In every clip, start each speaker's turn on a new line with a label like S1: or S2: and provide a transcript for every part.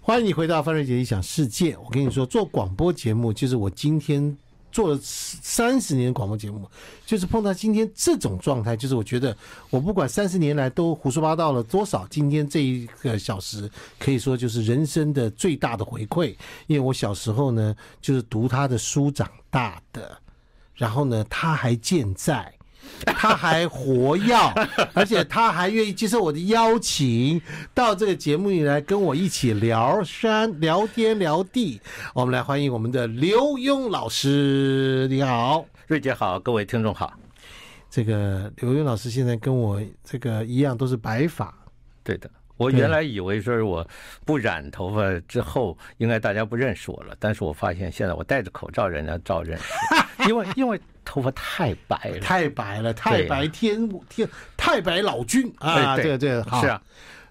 S1: 欢迎你回到范瑞杰理想世界。我跟你说，做广播节目就是我今天做了三十年广播节目，就是碰到今天这种状态，就是我觉得我不管三十年来都胡说八道了多少，今天这一个小时可以说就是人生的最大的回馈。因为我小时候呢，就是读他的书长大的，然后呢，他还健在。 他还活跃，而且他还愿意接受我的邀请，到这个节目里来跟我一起聊山、聊天、聊地。我们来欢迎我们的刘墉老师，你好，
S2: 瑞姐好，各位听众好。
S1: 这个刘墉老师现在跟我这个一样，都是白发。
S2: 对的，我原来以为说是我不染头发之后，应该大家不认识我了，但是我发现现在我戴着口罩，人家照认 识，因为因为头发太白了，
S1: 太白了，太白天天太白老君啊，
S2: 对
S1: 这
S2: 对
S1: 个这个好
S2: 是啊，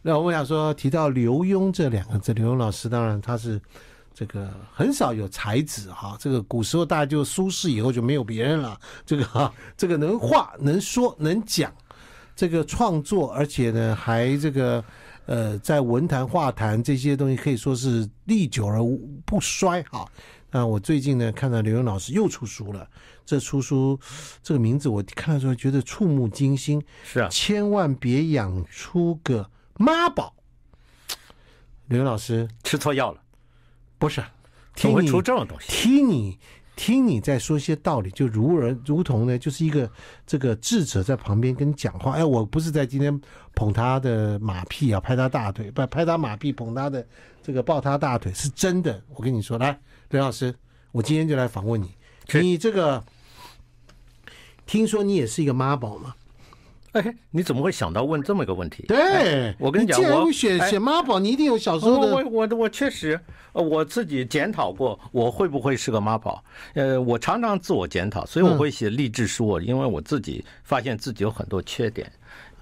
S1: 那我想说，提到刘墉这两个字，刘墉老师当然他是这个很少有才子哈。这个古时候大家就苏轼以后就没有别人了，这个哈，这个能画、能说、能讲，这个创作，而且呢还这个呃在文坛、画坛这些东西可以说是历久而无不衰哈。那我最近呢看到刘墉老师又出书了，这出书这个名字我看到时候觉得触目惊心，
S2: 是啊，
S1: 千万别养出个妈宝。刘老师
S2: 吃错药了，
S1: 不是，听
S2: 怎么会
S1: 你
S2: 出这种东西？
S1: 听你听你在说些道理，就如人如同呢，就是一个这个智者在旁边跟你讲话。哎，我不是在今天捧他的马屁啊，拍他大腿，不拍他马屁，捧他的这个抱他大腿是真的。我跟你说，来，刘老师，我今天就来访问你，
S2: 是
S1: 你这个听说你也是一个妈宝嘛？
S2: 哎，你怎么会想到问这么一个问题？
S1: 对，
S2: 哎我跟你讲
S1: 既然
S2: 我
S1: 选
S2: 哎
S1: 选妈宝，你一定有小时
S2: 我
S1: 候
S2: 我
S1: 的
S2: 我我确实，呃我自己检讨过，我会不会是个妈宝？呃，我常常自我检讨，所以
S1: 嗯
S2: 我会写励志书，因为我自己发现自己有很多缺点，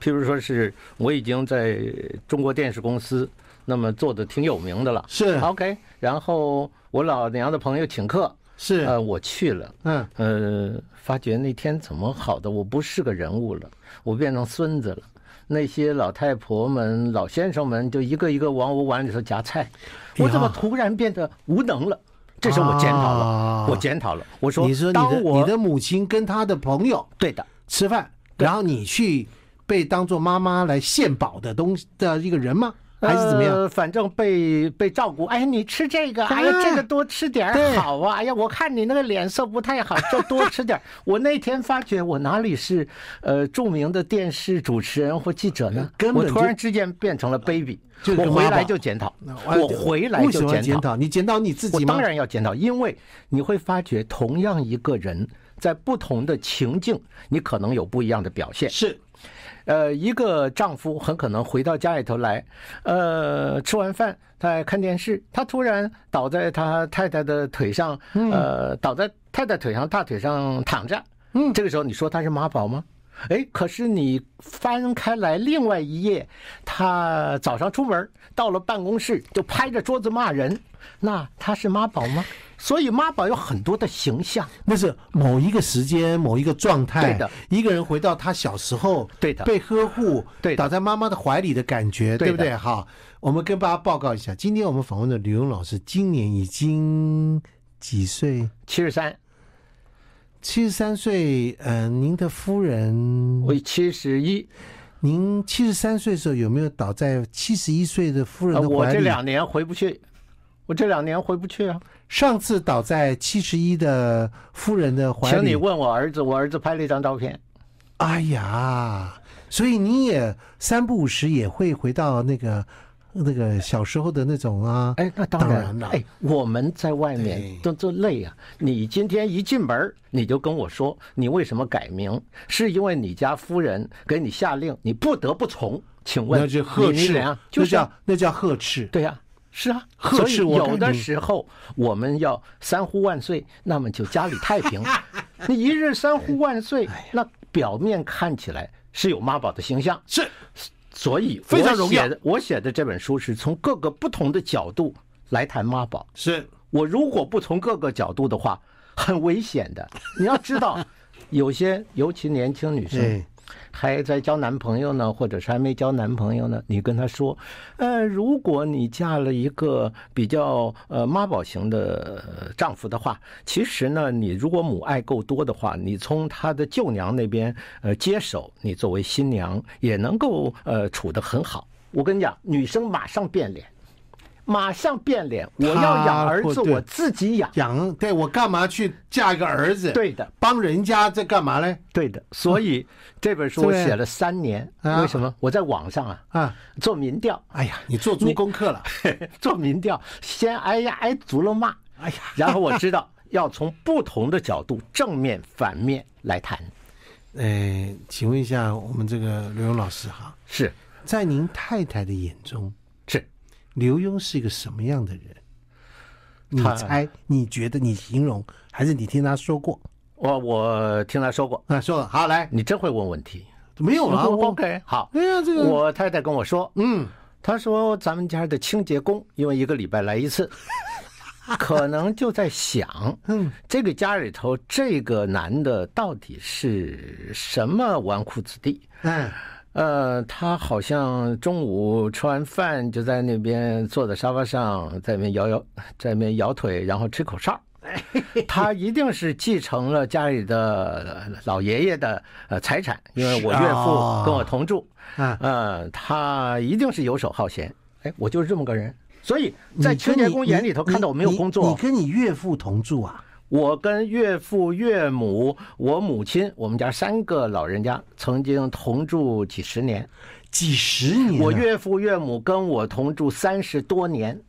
S2: 譬如说是我已经在中国电视公司那么做的挺有名的了，
S1: 是
S2: OK，然后我老娘的朋友请客，
S1: 是
S2: 呃，我去了。
S1: 嗯，
S2: 呃，发觉那天怎么好的，我不是个人物了，我变成孙子了。那些老太婆们、老先生们就一个一个往我碗里头夹菜，
S1: 你
S2: 我怎么
S1: 啊
S2: 突然变得无能了？这时候我检讨了，
S1: 啊
S2: 我检讨了。我说，
S1: 你说你的
S2: 当我
S1: 你的母亲跟她的朋友
S2: 对的，
S1: 吃饭，然后你去被当做妈妈来献宝的东西的一个人吗？还是怎么样？
S2: 呃反正被被照顾。哎，你吃这个，哎呀，这个多吃点
S1: 啊对
S2: 儿好啊。哎呀，我看你那个脸色不太好，就多吃点儿。我那天发觉我哪里是呃著名的电视主持人或记者呢？
S1: 根本
S2: 我
S1: 就
S2: 突然之间变成了 baby，
S1: 就是个
S2: 我回
S1: 妈宝
S2: 来就检讨，
S1: 哎
S2: 我回来
S1: 为什
S2: 就
S1: 么要
S2: 检
S1: 检
S2: 讨。
S1: 讨？你检讨你自
S2: 我
S1: 己吗？
S2: 当然要检讨，因为你会发觉同样一个人在不同的情境，你可能有不一样的表现。
S1: 是
S2: 呃，一个丈夫很可能回到家里头来，呃，吃完饭他还看电视，他突然倒在他太太的腿上，呃，倒在太太腿上大腿上躺着，嗯，这个时候你说他是妈宝吗？哎，可是你翻开来另外一页，他早上出门到了办公室就拍着桌子骂人，那他是妈宝吗？所以妈宝有很多的形象，
S1: 那是某一个时间、某一个状态，
S2: 对的
S1: 一个人回到他小时候，
S2: 对的
S1: 被呵护，
S2: 对的
S1: 倒在妈妈的怀里的感觉，
S2: 对的
S1: 不对？好，我们跟大家报告一下，今天我们访问的刘勇老师，今年已经几岁？
S2: 七十三。
S1: 七十三岁，呃，您的夫人，
S2: 我七十一，
S1: 您七十三岁的时候有没有倒在七十一岁的夫人
S2: 呃
S1: 的
S2: 我
S1: 怀
S2: 这
S1: 里？
S2: 两年回不去，我这两年回不去啊。
S1: 上次倒在七十一的夫人的怀
S2: 请你
S1: 里。
S2: 问我儿子，我儿子拍了一张照片。
S1: 哎呀，所以你也三不五时也会回到那个那个小时候的那种啊。
S2: 哎，那当
S1: 当
S2: 然
S1: 然了哎
S2: 哎，我们在外面都都累啊。你今天一进门儿你就跟我说你为什么改名，是因为你家夫人给你下令，你不得不从。请问
S1: 那就呵
S2: 你你
S1: 斥
S2: 怎样，就
S1: 那
S2: 是啊
S1: 叫那叫呵斥。
S2: 对呀、是啊，
S1: 呵
S2: 所以
S1: 斥我
S2: 有
S1: 干
S2: 的
S1: 你
S2: 时候我们要三呼万岁，那么就家里太 平。你一日三呼万岁，
S1: 哎
S2: 那表面看起来是有妈宝的形象，
S1: 是
S2: 所以
S1: 非常荣耀
S2: 我写的我写的这本书是从各个不同的角度来谈妈宝。
S1: 是，
S2: 我如果不从各个角度 的话，很危险的。你要知道，有些尤其年轻女生
S1: 对，
S2: 还在交男朋友呢，或者是还没交男朋友呢，你跟他说，呃，如果你嫁了一个比较呃妈宝型的呃丈夫的话，其实呢，你如果母爱够多的话，你从他的舅娘那边呃接手，你作为新娘也能够呃处得很好。我跟你讲，女生马上变脸。马上变脸！我要养儿
S1: 或
S2: 子，
S1: 对
S2: 我自己养。
S1: 养对我干嘛去嫁一个儿子？
S2: 对的，
S1: 帮人家在干嘛嘞？
S2: 对的，所以这本书我
S1: 对
S2: 写了三年，
S1: 啊
S2: 为什么？我在网上啊
S1: 啊，
S2: 做民调，
S1: 哎呀，你做足功课了，
S2: 做民调，先挨呀挨足了骂，哎呀，然后我知 道要从不同的角度，正面、反面来谈。
S1: 哎，请问一下我们这个刘墉老师哈，
S2: 是
S1: 在您太太的眼中，
S2: 是，
S1: 刘墉是一个什么样的人？你
S2: 他
S1: 猜？你觉得？你形容？还是你听他说过？
S2: 我我听他说过，
S1: 啊，说了，好来，
S2: 你真会问问题。哦
S1: 没有了，我
S2: OK，好，嗯
S1: 对呀，这个
S2: 我太太跟我说，
S1: 嗯，
S2: 她说咱们家的清洁工，因为一个礼拜来一 次，可能就在想，
S1: 嗯，
S2: 这个家里头这个男的到底是什么纨绔子弟？
S1: 哎，
S2: 呃，他好像中午吃完饭就在那边坐在沙发上，在那边摇 摇，在那边摇腿，然后吹口 哨。他一定是继承了家里的呃老爷爷的呃财产，因为我岳
S1: 哦
S2: 父跟我同住，
S1: 啊
S2: 呃，他一定是游手好闲。哎，我就是这么个人，所以在
S1: 你
S2: 清
S1: 跟
S2: 洁
S1: 你
S2: 工眼
S1: 你
S2: 里头看到我没有
S1: 你
S2: 工作
S1: 你，跟你岳父同住啊？
S2: 我跟岳父、岳母、我母亲，我们家三个老人家曾经同住几十年。
S1: 几十年了，
S2: 我岳父岳母跟我同住三十多年，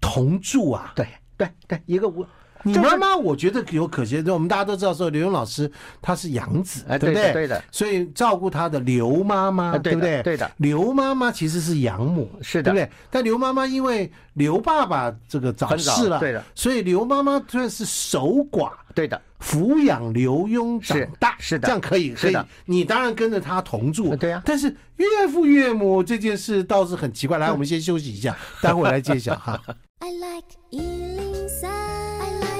S1: 同住啊？
S2: 对对对，一个屋。
S1: 你
S2: 这是
S1: 妈妈，我觉得有可惜。我们大家都知道，说刘墉老师她是养子，
S2: 哎
S1: 对不
S2: 对的对的
S1: 所以照顾她的刘妈妈，
S2: 哎对
S1: 不
S2: 的
S1: 对？
S2: 对的
S1: 刘妈妈其实是养母，
S2: 是的
S1: 对不对？但刘妈妈因为刘爸爸这个早
S2: 很早
S1: 逝了，
S2: 对的
S1: 所以刘妈妈算是守寡，
S2: 对的，
S1: 抚养刘墉长大，
S2: 是是的
S1: 这样可以，可
S2: 是
S1: 以
S2: 的。
S1: 你当然跟着他同住，
S2: 呃对呀
S1: 但是岳父岳母这件事倒是很奇怪。来，我们先休息一下，待会儿来揭晓 哈。
S3: I like Ealing Sound. I like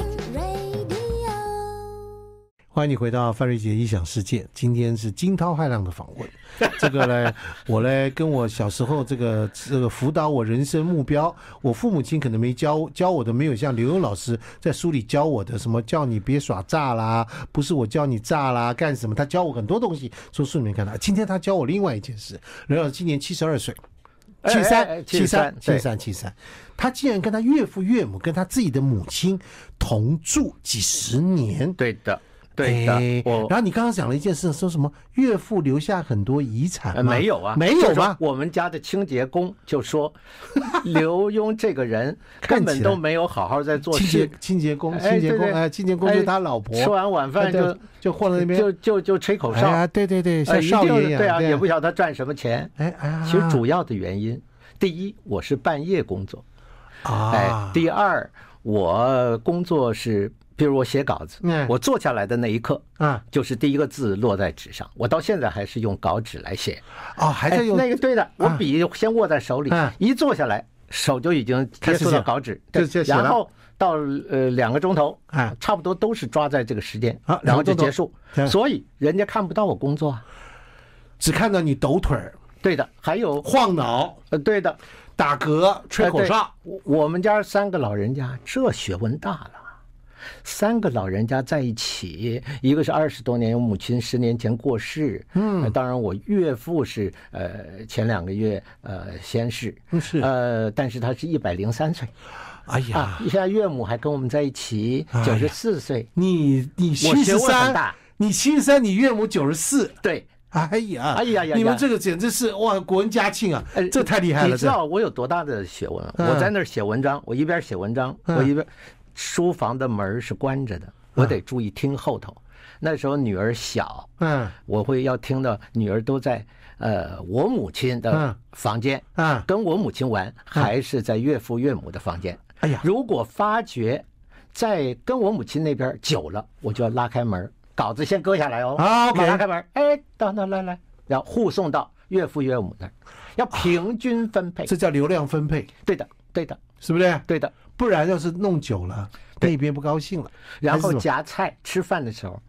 S3: radio.
S1: 欢迎你回到范瑞杰异想世界，今天是惊涛骇浪的访问。 这个呢，我呢跟我小时候这个这个辅导我人生目标，我父母亲可能没教教我的，没有像刘勇老师在书里教我的什么叫你别耍诈啦，不是我教你诈啦，干什么？他教我很多东西，从书里面看到。今天他教我另外一件事，刘勇老师今年七十二岁，
S2: 哎
S1: 七
S2: 哎哎
S1: 三七
S2: 73
S1: 三
S2: 对
S1: 七三七三，他竟然跟他岳父岳母跟他自己的母亲同住几十年。
S2: 对的，对的。
S1: 哎
S2: 我
S1: 然后你刚刚讲了一件事，说什么岳父留下很多遗产
S2: 呃
S1: 吗
S2: 没有啊，
S1: 没
S2: 就
S1: 有
S2: 是
S1: 吗？
S2: 我们家的清洁工就说， 刘墉这个人根
S1: 看
S2: 本
S1: 起来
S2: 都没有好好在做
S1: 清洁
S2: 事，
S1: 清洁工，
S2: 哎
S1: 清洁工，
S2: 对对
S1: 哎，清洁工
S2: 哎
S1: 就是他老婆，
S2: 吃完晚饭
S1: 哎
S2: 就
S1: 对就晃到那边，
S2: 就就就吹口哨
S1: 哎，呀，对对对，
S2: 呃
S1: 像
S2: 一
S1: 少
S2: 定
S1: 爷
S2: 是
S1: 一样，
S2: 对啊，也不晓得他赚什么钱。
S1: 哎啊，
S2: 其实主要的原因，第一，我是半夜工作，哎
S1: 啊，，
S2: 第二，我工作是，比如我写稿子
S1: 嗯，
S2: 我坐下来的那一刻，
S1: 啊
S2: 就是第一个字落在纸上，我到现在还是用稿纸来写，
S1: 哦，还在用啊
S2: 哎那个对的，我笔先握在手里
S1: 嗯，
S2: 一坐下来，手就已经接触到稿纸，
S1: 开
S2: 对
S1: 始写就就写了
S2: 然后到呃两个钟头
S1: 嗯，
S2: 差不多都是抓在这个时间
S1: 啊，
S2: 然后
S1: 两个
S2: 就
S1: 钟头
S2: 结束
S1: 对，
S2: 所以人家看不到我工作啊，
S1: 只看到你抖腿儿、
S2: 对的，还有
S1: 晃脑、
S2: 呃对的，
S1: 打嗝、吹口哨，
S2: 哎。对我我们家三个老人家，这学问大了。三个老人家在一起，一个是二十多年，我母亲十年前过世，嗯，当然我岳父是呃前两个月呃先逝，
S1: 嗯是
S2: 呃，但是他是一百零三岁
S1: 哎
S2: 啊
S1: 呀，，
S2: 现在岳母还跟我们在一起
S1: 哎，呀
S2: 九十四岁，
S1: 你你
S2: 我
S1: 七
S2: 学
S1: 十
S2: 问很
S1: 三
S2: 大，
S1: 你七十三，你岳母九十四。
S2: 对，
S1: 哎呀，
S2: 哎呀呀呀
S1: 你们这个简直是哇，国恩家庆啊
S2: 哎，
S1: 这太厉害了！
S2: 你知
S1: 这
S2: 道我有多大的学问啊？
S1: 嗯
S2: 我在那儿写文章，我一边写文章，
S1: 嗯
S2: 我一边书房的门儿是关着的，我得注意听后头。那时候女儿小，
S1: 嗯
S2: 我会要听到女儿都在呃我母亲的
S1: 嗯
S2: 房间，
S1: 啊，
S2: 跟我母亲玩，还是在岳父岳母的房间。
S1: 哎呀，
S2: 如果发觉在跟我母亲那边久了，我就要拉开门儿，稿子先搁下来哦。
S1: 啊，OK
S2: 我拉开门儿，哎，到那来来，然后护送到岳父岳母那儿，要平均分配。
S1: 啊这叫流量分配，
S2: 对的，对的，
S1: 是不是？
S2: 对的。
S1: 不然要是弄久了，那边不高兴了，
S2: 然
S1: 还
S2: 后
S1: 是什么
S2: 夹菜，吃饭的时候，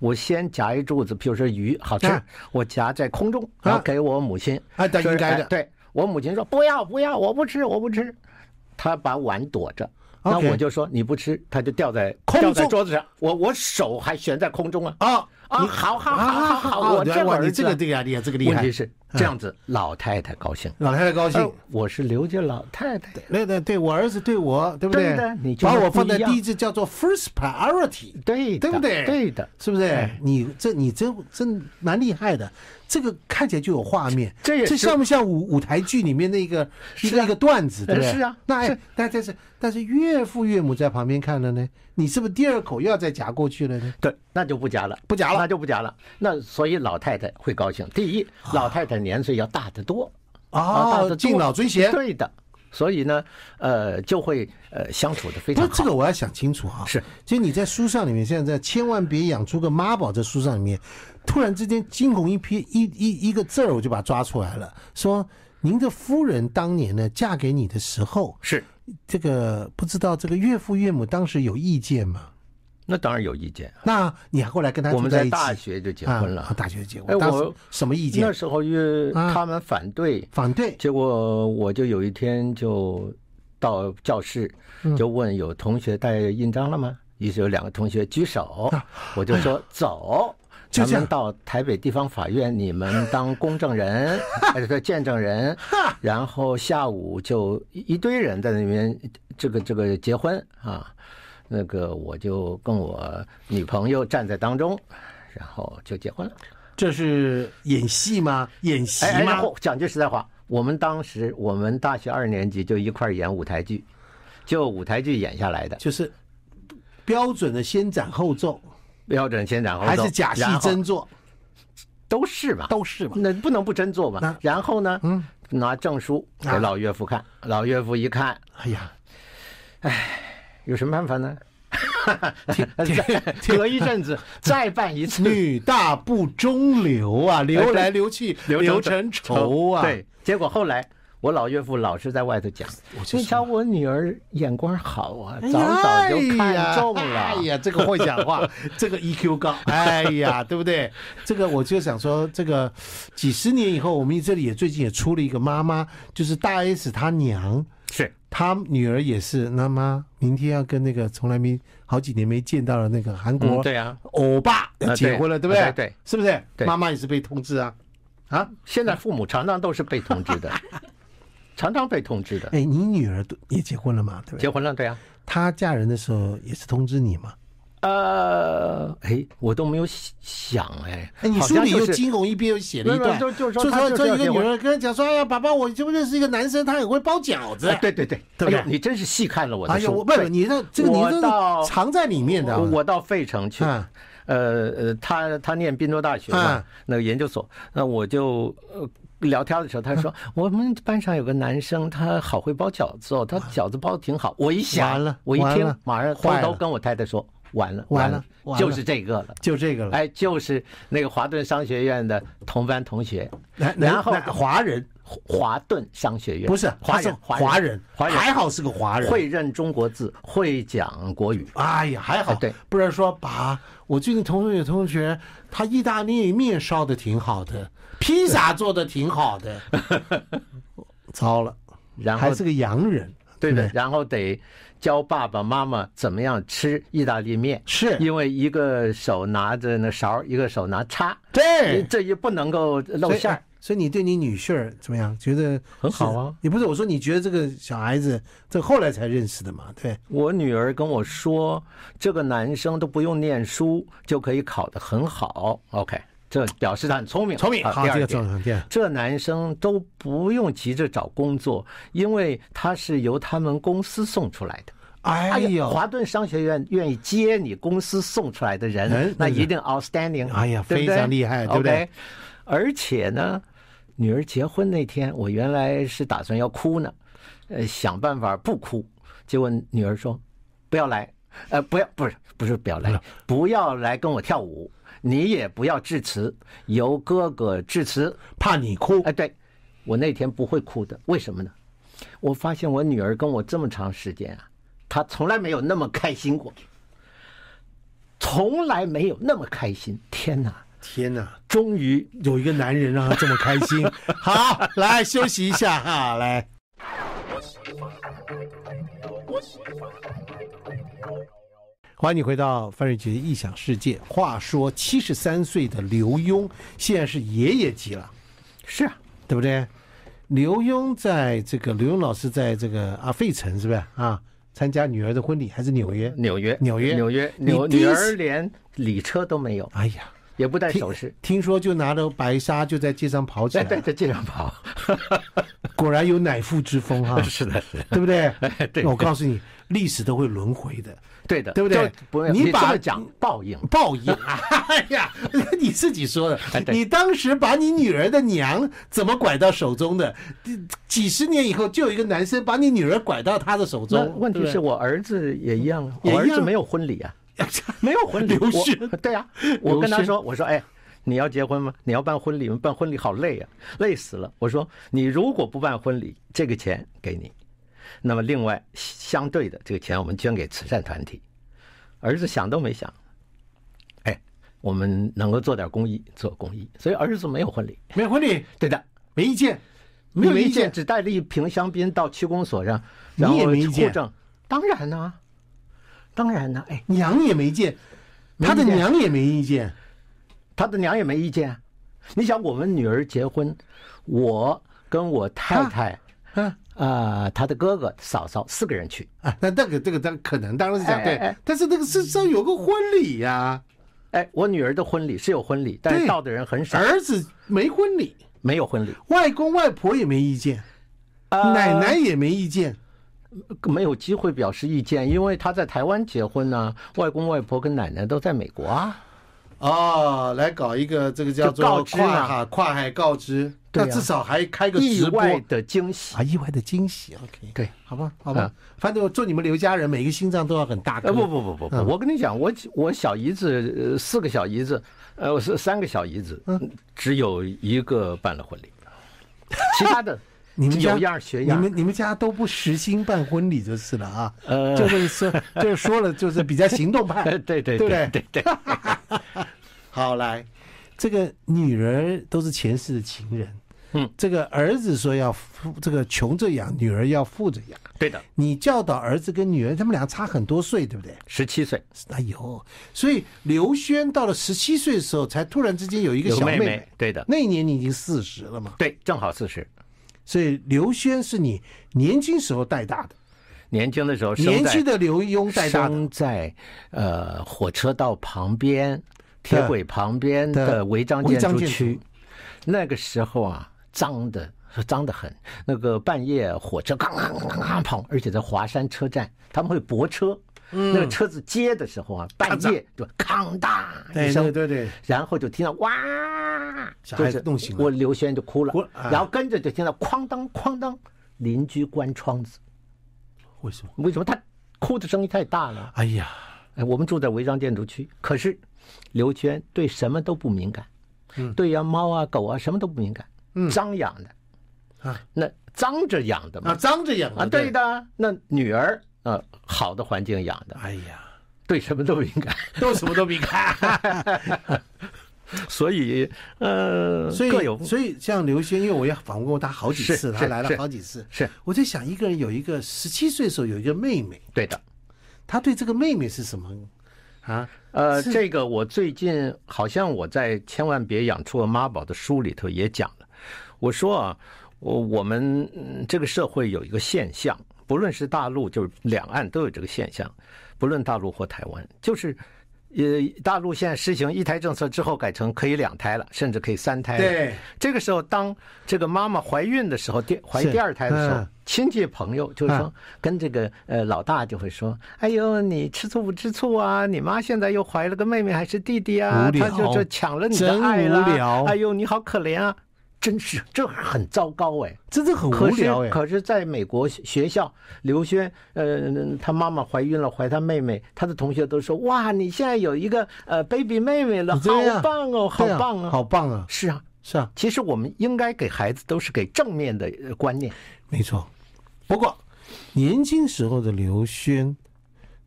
S2: 我先夹一柱子，比如说鱼好吃
S1: 啊，
S2: 我夹在空中，然后
S1: 啊
S2: 给我母亲，
S1: 啊，但
S2: 就是
S1: 应该
S2: 哎
S1: 的，
S2: 对我母亲说不要不要，我不吃我不吃，她把碗躲着。那
S1: OK
S2: 我就说你不吃，它就掉在
S1: 空
S2: 掉在
S1: 中
S2: 桌子上，我我手还悬在空中啊
S1: 啊
S2: 啊！好好好好好，我这
S1: 哇
S2: 会
S1: 哇，
S2: 儿
S1: 你这个厉害厉害，这个厉
S2: 问题
S1: 害，嗯
S2: 是这样子，老太太高兴，
S1: 老太太高兴
S2: 呃。我是刘家老太太，
S1: 那那对我儿子对我对不
S2: 对的你就是
S1: 把我放
S2: 不一
S1: 在
S2: 样
S1: 第一次叫做 first priority，
S2: 对的
S1: 对不对？
S2: 对的，
S1: 是不是
S2: 哎？
S1: 你这你真真蛮厉害的，这个看起来就有画面，
S2: 这也
S1: 这
S2: 是啊
S1: 像不像舞舞台剧里面那个一个一个段子，对不对？
S2: 是啊
S1: 那哎
S2: 是
S1: 但但是但是岳父岳母在旁边看了呢，你是不是第二口又要再夹过去了呢？
S2: 对，那就不夹了，
S1: 不夹了
S2: 那就不夹了。那所以老太太会高兴。第一，老太太年岁要大得多，啊大得
S1: 啊哦，
S2: 多
S1: 敬老尊贤，
S2: 对的。所以呢，呃，就会呃相处的非
S1: 不是
S2: 常好。
S1: 这个我要想清楚哈、
S2: 是，
S1: 就你在书上里面，现在千万别养出个妈宝，在书上里面，突然之间惊鸿一瞥，一一一个字儿我就把它抓出来了，说您的夫人当年呢嫁给你的时候，
S2: 是，
S1: 这个不知道这个岳父岳母当时有意见 吗？
S2: 那当然有意见。
S1: 那你还后来跟他
S2: 我
S1: 住
S2: 们
S1: 在
S2: 在
S1: 一起，
S2: 大学就结婚
S1: 啊啊
S2: 了，
S1: 大学结
S2: 哎
S1: 婚，当时
S2: 我
S1: 什么意
S2: 那
S1: 见？
S2: 时候约
S1: 啊
S2: 他们反对，
S1: 反对
S2: 结果我就有一天就到教室，
S1: 嗯
S2: 就问有同学带印章了吗？于是有两个同学举手，我就 说
S1: 啊
S2: 走。
S1: 就
S2: 咱
S1: 这样
S2: 们到台北地方法院，你们当公证 人，哎，对，见证人，然后下午就一一堆人在那边，这个这个结婚啊，那个我就跟我女朋友站在当中，然后就结婚了。
S1: 这是演戏吗？演习
S2: 哎哎，然
S1: 吗？
S2: 后讲句实在话，我们当时我们大学二年级就一块儿演舞台剧，就舞台剧演下来的，
S1: 就是标准的先斩后奏，
S2: 标准先斩后
S1: 还
S2: 奏
S1: 是假戏
S2: 然后
S1: 真做？
S2: 都是嘛，
S1: 都是吧？
S2: 那不能不真做嘛
S1: 那。嗯
S2: 然后呢，拿证书给
S1: 啊
S2: 老岳父看，老岳父一看，
S1: 哎呀，
S2: 有什么办法 呢？
S1: 天
S2: 隔一阵子再办一次，
S1: 女大不中留
S2: 哎
S1: 啊，留来留去留成
S2: 成
S1: 仇啊。
S2: 对，，结果后来我老岳父老是在外头讲
S1: 我：“就
S2: 你
S1: 说
S2: 瞧我女儿眼光好啊，
S1: 哎
S2: 早
S1: 呀
S2: 早就看中了。
S1: 哎呀，这个会讲话，这个 EQ 高，哎呀，对不对？这个我就想说，这个几十年以后，我们这里也最近也出了一个妈妈，就是大 S 她娘。
S2: 是
S1: 她女儿也是，那妈明天要跟那个从来没好几年没见到的那个韩
S2: 嗯，
S1: 国
S2: 对啊，
S1: 欧巴要
S2: 啊
S1: 结
S2: 对
S1: 婚了，对不对？
S2: 啊对对，
S1: 是不是？
S2: 对
S1: 妈妈也是被通知啊，啊，
S2: 现在父母常常都是被通知 的，常常被通知的。
S1: 哎，你女儿都也结婚了嘛？对不对？
S2: 结婚了，对啊，
S1: 她嫁人的时候也是通知你嘛？
S2: 呃，哎，我都没有想哎，
S1: 哎，你
S2: 好
S1: 书
S2: 像
S1: 里
S2: 就
S1: 又
S2: 是
S1: 惊鸿一瞥，又写了一段，
S2: 没有就就
S1: 说
S2: 说她就是
S1: 说
S2: 要
S1: 一个
S2: 结
S1: 女
S2: 婚
S1: 儿跟她讲说，哎呀，爸爸，我就认识一个男生，他很会包饺子
S2: 哎。对对对，
S1: 对不对
S2: 哎呦你真是细看了我
S1: 哎
S2: 的
S1: 呀，
S2: 书。
S1: 我不是
S2: 对
S1: 你这这个
S2: 我
S1: 你
S2: 到
S1: 这藏在里面的啊，
S2: 我我到费城去，
S1: 啊
S2: 呃呃，他他念宾州大学嘛，
S1: 啊
S2: 那个研究所，那我就呃聊天的时候，他
S1: 啊
S2: 说、我们班上有个男生，他好会包饺子哦，他饺子包的挺好。我一想，
S1: 完了
S2: 我一
S1: 完
S2: 听
S1: 了，
S2: 马上偷
S1: 坏
S2: 偷
S1: 了
S2: 跟我太太说，完了
S1: 完
S2: 了
S1: 了，完了嗯
S2: 就是这个了。
S1: 就这个了。
S2: 哎，就是那个华顿商学院的同班同学，
S1: 然
S2: 然后
S1: 然华人
S2: 华顿商学院
S1: 不是
S2: 华
S1: 他
S2: 人，
S1: 是华人
S2: 人，，华
S1: 还好是个华人。
S2: 会认中国字，会讲国语。
S1: 哎呀，还好，
S2: 哎对，
S1: 不然说爸，我最近同学有同学，他意大利面烧的挺好的，披萨做的挺好 的，糟了，
S2: 然后
S1: 还是个洋人，
S2: 对
S1: 不
S2: 的，然后得教爸爸妈妈怎么样吃意大利面，
S1: 是
S2: 因为一个手拿着那勺儿，一个手拿叉，
S1: 对，
S2: 这也不能够露
S1: 所以哎
S2: 馅儿。。
S1: 所以你对你女婿儿怎么样？觉得
S2: 很好啊
S1: 是？你不是我说你觉得这个小孩子，这后来才认识的嘛？对，
S2: 我女儿跟我说，这个男生都不用念书就可以考得很好。OK，这表示他很聪明。
S1: 聪明，
S2: 啊
S1: 好，
S2: 第二
S1: 这个
S2: 点
S1: 重要，对，
S2: 这男生都不用急着找工作，因为他是由他们公司送出来的。
S1: 哎呦，
S2: 华顿商学院愿意接你公司送出来的人，
S1: 人
S2: 那
S1: 真的
S2: 一定 outstanding。
S1: 哎呀
S2: 对不对
S1: 非常厉害对不
S2: OK
S1: 对
S2: 而且呢，女儿结婚那天，我原来是打算要哭呢，呃，想办法不哭，结果女儿说不要来，呃，不要，不是不是不要来，不要来跟我跳舞，你也不要致辞，由哥哥致辞。
S1: 怕你哭
S2: 哎，对，我那天不会哭的，为什么呢？我发现我女儿跟我这么长时间啊，她从来没有那么开心过。从来没有那么开心。天哪，
S1: 天哪，
S2: 终于
S1: 有一个男人让他这么开心。好，来休息一下哈，来。欢迎你回到范瑞杰的异想世界。话说，七十三岁的刘墉现在是爷爷级了，
S2: 是啊，
S1: 对不对？刘墉在这个刘墉老师在这个啊费城是不是啊？参加女儿的婚礼还是纽约？
S2: 纽约，
S1: 纽约
S2: 纽约，
S1: 你
S2: 纽
S1: 第一
S2: 女
S1: 次
S2: 儿连礼车都没有，
S1: 哎呀，
S2: 也不戴
S1: 听
S2: 首饰。
S1: 听说就拿着白纱就在街上跑起
S2: 哎，
S1: 来，
S2: 带着尽量跑，
S1: 果然有乃父之风哈，
S2: 是的，是的，
S1: 对不对？
S2: 对
S1: 我告诉你，历史都会轮回的。
S2: 对的，
S1: 对不对
S2: 就不
S1: 你
S2: 这
S1: 把
S2: 么讲报应，
S1: 报应， 哎呀，你自己说的
S2: 哎，对
S1: 你当时把你女儿的娘怎么拐到手中的？几几十年以后，就有一个男生把你女儿拐到他的手
S2: 那
S1: 中。
S2: 问题是我儿子也一样，
S1: 也一
S2: 我儿子
S1: 样
S2: 没有婚礼啊，
S1: 对 不对，
S2: 没有婚礼，
S1: 流
S2: 我
S1: 失
S2: 对啊，我跟
S1: 流
S2: 他
S1: 失
S2: 说，我说哎，你要结婚吗？你要办婚礼吗？办婚礼好累啊，累死了。我说你如果不办婚礼，这个钱给你，那么另外相对的这个钱我们捐给慈善团体。儿子想都没想，哎，我们能够做点公益，做公益，所以儿子没有 婚礼。
S1: 没有婚礼，
S2: 对的，
S1: 没意见，没
S2: 没
S1: 有
S2: 有
S1: 意
S2: 意见，
S1: 见，
S2: 只带了一瓶香槟到区公所上，
S1: 你
S2: 然后
S1: 也没意见
S2: 户证。当然呢、当然呢、哎，
S1: 娘也没意见，
S2: 没意
S1: 他的
S2: 见
S1: 娘也没意见。
S2: 他的娘也没意见啊。你想，我们女儿结婚，我跟我太太，
S1: 啊
S2: 啊，他的哥哥、嫂嫂四个人去，
S1: 啊，那那个这个当可能当然是这样
S2: 哎
S1: 对
S2: 哎哎，
S1: 但是那个是是要有个婚礼呀，
S2: 哎，我女儿的婚礼是有婚礼，但
S1: 对
S2: 是到的人很少，
S1: 儿子没婚礼，
S2: 没有婚礼，
S1: 外公外婆也没意见，
S2: 呃
S1: 奶奶也没意见。
S2: 没有机会表示意见，因为她在台湾结婚呢、外公外婆跟奶奶都在美国啊。
S1: 哦，来搞一个这个叫
S2: 就
S1: 做
S2: 告知嘛
S1: 跨海跨海告知，
S2: 对
S1: 那
S2: 啊
S1: 至少还开个
S2: 意
S1: 直播
S2: 外的惊喜，
S1: 啊，意外的惊喜，OK，
S2: 对，
S1: 好吧，好吧
S2: 啊，
S1: 反正我祝你们刘家人每个心脏都要很大颗，
S2: 呃，不不不不不，
S1: 嗯
S2: 我跟你讲，我我小姨子呃四个小姨子，呃，我是三个小姨子，
S1: 嗯
S2: 只有一个办了 婚礼，其他的
S1: 你们家
S2: 有样学
S1: 你
S2: 样。
S1: 们你们家都不实心办婚礼就是了啊，
S2: 呃
S1: 就是说 就是说了就是比较行动派，
S2: 呃 对对
S1: 对不
S2: 对
S1: 对
S2: 对对，
S1: 好来，这个女儿都是前世的情人，
S2: 嗯，
S1: 这个儿子说要富这个穷着养，女儿要富着养，
S2: 对的，
S1: 你教导儿子跟女儿，他们俩差很多岁，对不对？
S2: 十七岁
S1: 哎呦，所以刘轩到了十七岁的时候，才突然之间有一个
S2: 有
S1: 小
S2: 妹
S1: 妹
S2: 妹对的
S1: 那一年你已经四十了嘛，
S2: 对，正好四十，
S1: 所以刘轩是你年轻时候带大的，
S2: 年轻的时候生在
S1: 年轻的刘墉带大的，
S2: 生在呃火车道旁边、铁轨旁边
S1: 对
S2: 的违章
S1: 违
S2: 建
S1: 章
S2: 筑
S1: 建筑
S2: 区。那个时候啊，脏的脏的很。那个半夜火车咔咔咔咔跑，而且在华山车站，他们会泊车。
S1: 嗯
S2: 那个车子接的时候啊，半夜就哐当一
S1: 对
S2: 声
S1: 对，对对，
S2: 然后就听到哇，
S1: 小孩子
S2: 就是
S1: 弄醒了
S2: 我刘轩就哭了
S1: 哭了，啊
S2: 然后跟着就听到哐当哐当，邻居关窗子，
S1: 为什么？
S2: 为什么他哭的声音太大了？
S1: 哎呀，
S2: 哎，我们住在违章建筑区，可是刘娟对什么都不敏感，
S1: 嗯
S2: 对呀、猫啊狗啊什么都不敏感，脏养的
S1: 啊，
S2: 那脏着养的
S1: 啊，
S2: 嘛
S1: 张着养
S2: 啊，对，的，那女儿呃好的环境养的，
S1: 哎呀，
S2: 对什么都敏感，
S1: 都什么都没看。
S2: 所以呃
S1: 所
S2: 各有
S1: 以，所以像刘轩，因为我也访问过他好几
S2: 是
S1: 次，他
S2: 是
S1: 来了
S2: 是
S1: 好几次，
S2: 是
S1: 我在想，一个人有一个十七岁的时候有一个妹妹，
S2: 对的。
S1: 他对这个妹妹是什么啊？
S2: 呃，这个我最近好像我在《千万别养出个妈宝》的书里头也讲了，我说啊，我我们嗯这个社会有一个现象，不论是大陆就是两岸都有这个现象，不论大陆或台湾，就是。呃，大陆现在实行一胎政策之后，改成可以两胎了，甚至可以三胎了。
S1: 对，
S2: 这个时候，当这个妈妈怀孕的时候，第怀
S1: 是
S2: 第二胎的时候
S1: 嗯，
S2: 亲戚朋友就是说
S1: 嗯，
S2: 跟这个呃老大就会说：“哎呦，你吃醋不吃醋啊？你妈现在又怀了个妹妹还是弟弟啊
S1: 无？聊
S2: 她就这抢了你的爱
S1: 真无聊
S2: 啦！哎呦，你好可怜啊！”真是，这很糟糕哎。
S1: 真的很无
S2: 可是
S1: 聊哎。
S2: 可是在美国学学校，刘轩，呃，他妈妈怀孕了，怀他妹妹，他的同学都说：“哇，你现在有一个呃 baby 妹妹了，
S1: 你这样
S2: 好棒哦，好
S1: 对
S2: 棒
S1: 好
S2: 啊！”
S1: 棒啊！
S2: 是啊，
S1: 是啊，
S2: 其实我们应该给孩子都是给正面的呃观念，
S1: 没错。不过，年轻时候的刘轩，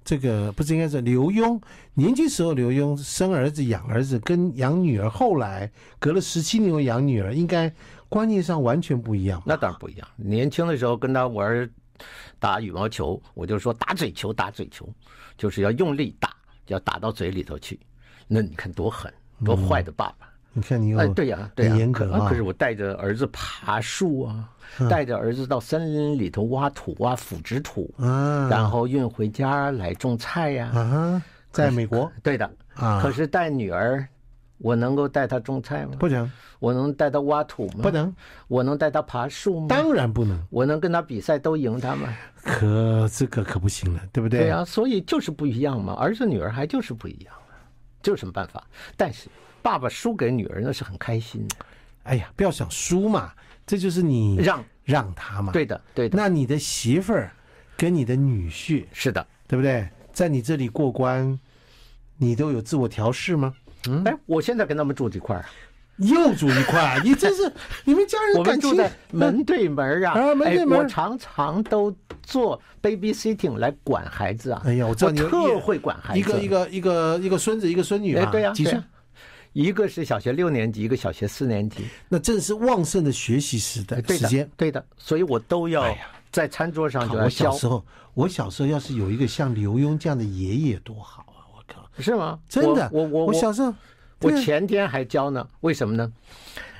S1: 这个不是应该是刘墉，年轻时候刘墉生儿子养儿子，跟养女儿，后来隔了十七年又养女儿，应该观念上完全不一样吧。
S2: 那当然不一样。年轻的时候跟他玩儿打羽毛球，我就说打嘴球，打嘴球，就是要用力打，要打到嘴里头去。那你看多狠，多坏的爸爸！
S1: 你看你有
S2: 哎，对呀、对
S1: 嗯
S2: 呀、
S1: 很严
S2: 可
S1: 格啊嗯
S2: 可是我带着儿子爬树啊，带着儿子到森林里头挖土啊，腐殖土，
S1: 啊，
S2: 然后运回家来种菜呀、
S1: 啊哈，在美国
S2: 对的，
S1: 啊，
S2: 可是带女儿，我能够带她种菜吗？
S1: 不能
S2: 我能带她挖土吗？
S1: 不能，
S2: 我能带她爬树吗？
S1: 当然不能，
S2: 我能跟她比赛都赢她吗？
S1: 哎可这个可不行了，对不对？
S2: 呀、啊所以就是不一样嘛，儿子女儿还就是不一样啊，这有什么办法？但是爸爸输给女儿那是很开心的，
S1: 哎呀，不要想输嘛，这就是你
S2: 让
S1: 让他嘛。
S2: 对，的对的，
S1: 啊那你的媳妇儿跟你的女婿，
S2: 是的。
S1: 对不对？在你这里过关，你都有自我调试吗？
S2: 哎，我现在跟他们住一块儿啊，
S1: 又住一块儿，你真是你们家人
S2: 我
S1: 感
S2: 们
S1: 情嗯
S2: 住在门对门儿啊，
S1: 啊门对门
S2: 哎，
S1: 儿
S2: 我常常都做 babysitting 来管孩子啊。
S1: 哎呀我知道你有
S2: 特会管孩子，
S1: 一个一个一个一个孙子一个孙女
S2: 哎
S1: 嘛，，
S2: 对呀、
S1: 几
S2: 对
S1: 岁
S2: 呀？一个是小学六年级，一个小学四年级，
S1: 那正是旺盛的学习时代
S2: 哎对
S1: 时间哎
S2: 的，。对的，所以我都要在餐桌上就
S1: 我
S2: 要
S1: 小
S2: 教，
S1: 时候，我小时候要是有一个像刘墉这样的爷爷多好啊！我靠，
S2: 是吗？
S1: 真的，
S2: 我我
S1: 我小时候，
S2: 我
S1: 对啊
S2: 前天还教呢，为什么呢？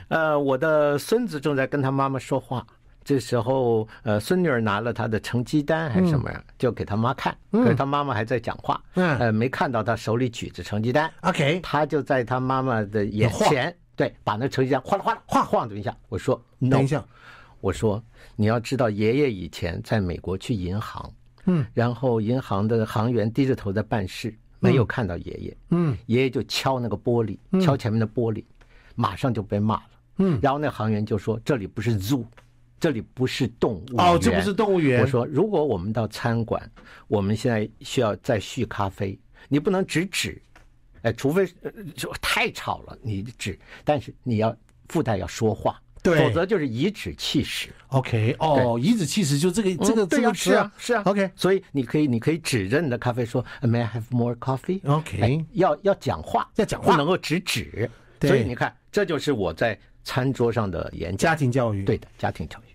S2: 呃，我的孙子正在跟他妈妈说话，这时候呃，孙女儿拿了他的成绩单还是什么呀，就给他妈看，可是他妈妈还在讲话，
S1: 嗯啊
S2: 呃，没看到他手里举着成绩单，
S1: OK，
S2: 他就在他妈妈的眼
S1: 晃
S2: 前，对，把那成绩单哗啦哗啦晃晃了一下，我说 no，
S1: 等一下，
S2: 我说你要知道，爷爷以前在美国去银行，嗯，然后银行的行员低着头在办事，没有看到爷爷，
S1: 嗯，
S2: 爷爷就敲那个玻璃，敲前面的玻璃，马上就被骂了，嗯，然后那行员就说这里不是 zoo，这里不是动物
S1: 哦，
S2: 园
S1: 这不是动物园，
S2: 我说，如果我们到餐馆，我们现在需要再续咖啡，你不能只指，哎，除非呃就太吵了，你指，但是你要附带要说话，
S1: 对
S2: 否则就是颐指气使。
S1: OK，哦，颐指气使就这个哦这个
S2: 嗯
S1: 这
S2: 对呀
S1: 个词
S2: 是啊是啊
S1: OK
S2: 所以你可以你可以指着你的咖啡说呃，May I have more coffee？
S1: OK
S2: 哎要要讲话，
S1: 要讲
S2: 不
S1: 话
S2: 能够只指。
S1: 对
S2: 所以你看，这就是我在餐桌上的演讲。
S1: 家庭教育
S2: 对，的，家庭教育。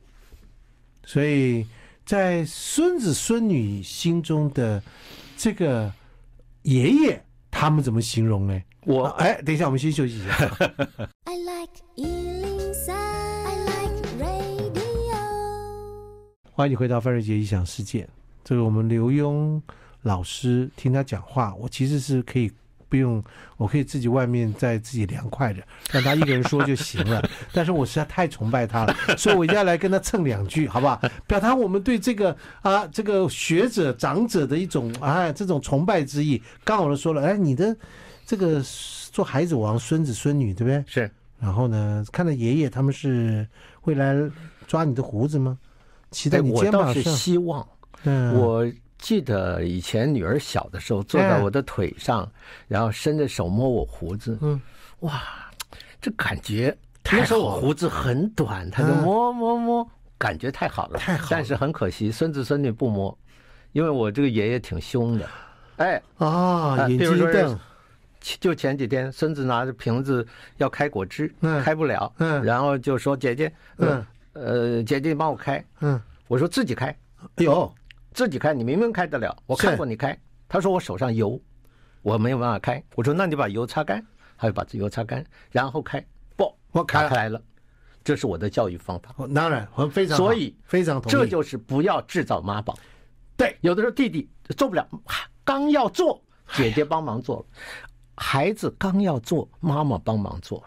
S1: 所以在孙子孙女心中的这个爷爷，他们怎么形容呢？
S2: 我
S1: 啊哎，等一下，我们先休息一下。
S3: I like Ealing Sound. I like radio.
S1: 欢迎你回到范瑞杰异想世界。这个我们刘墉老师听他讲话，我其实是可以不用，我可以自己外面再自己凉快着，让他一个人说就行了。 但是我实在太崇拜他了，所以我一定要来跟他蹭两句，好不好？表达我们对这个啊这个学者长者的一种啊这种崇拜之意。刚好都说了，哎，你的这个做孩子王孙子孙女对不对？
S2: 是
S1: 然后呢，看到爷爷他们是会来抓你的胡子吗？骑在
S2: 哎
S1: 你
S2: 我
S1: 肩
S2: 倒
S1: 膀
S2: 是
S1: 上？
S2: 希望。
S1: 嗯，
S2: 我记得以前女儿小的时候，坐在我的腿上，然后伸着手摸我胡子，
S1: 嗯，
S2: 哇，这感觉。
S1: 太
S2: 那时候我
S1: 好了
S2: 胡子很短，她就
S1: 嗯
S2: 摸摸摸，感觉太好了，
S1: 太好了
S2: 但是很可惜，孙子孙女不摸，因为我这个爷爷挺凶的。哎，
S1: 啊，
S2: 啊
S1: 眼
S2: 比如
S1: 睛
S2: 说
S1: 一瞪，
S2: 就前几天，孙子拿着瓶子要开果汁，
S1: 嗯
S2: 开不了，
S1: 嗯
S2: 然后就说：“姐姐，呃，呃，姐姐帮我开。
S1: 嗯，”
S2: 我说：“自己开。”
S1: 哎呦，
S2: 自己开，你明明开得了，我看过你开。他说我手上油，我没有办法开。我说那你把油擦干，他就把油擦干，然后开，不，
S1: 我开
S2: 打
S1: 了
S2: 开来了。这是我的教育方法，
S1: 我当然，我非常好，
S2: 所以
S1: 非常同意，
S2: 这就是不要制造妈宝。
S1: 对，哎
S2: 有的时候弟弟做不了，刚要做，姐姐帮忙做了；孩子刚要做，妈妈帮忙做了。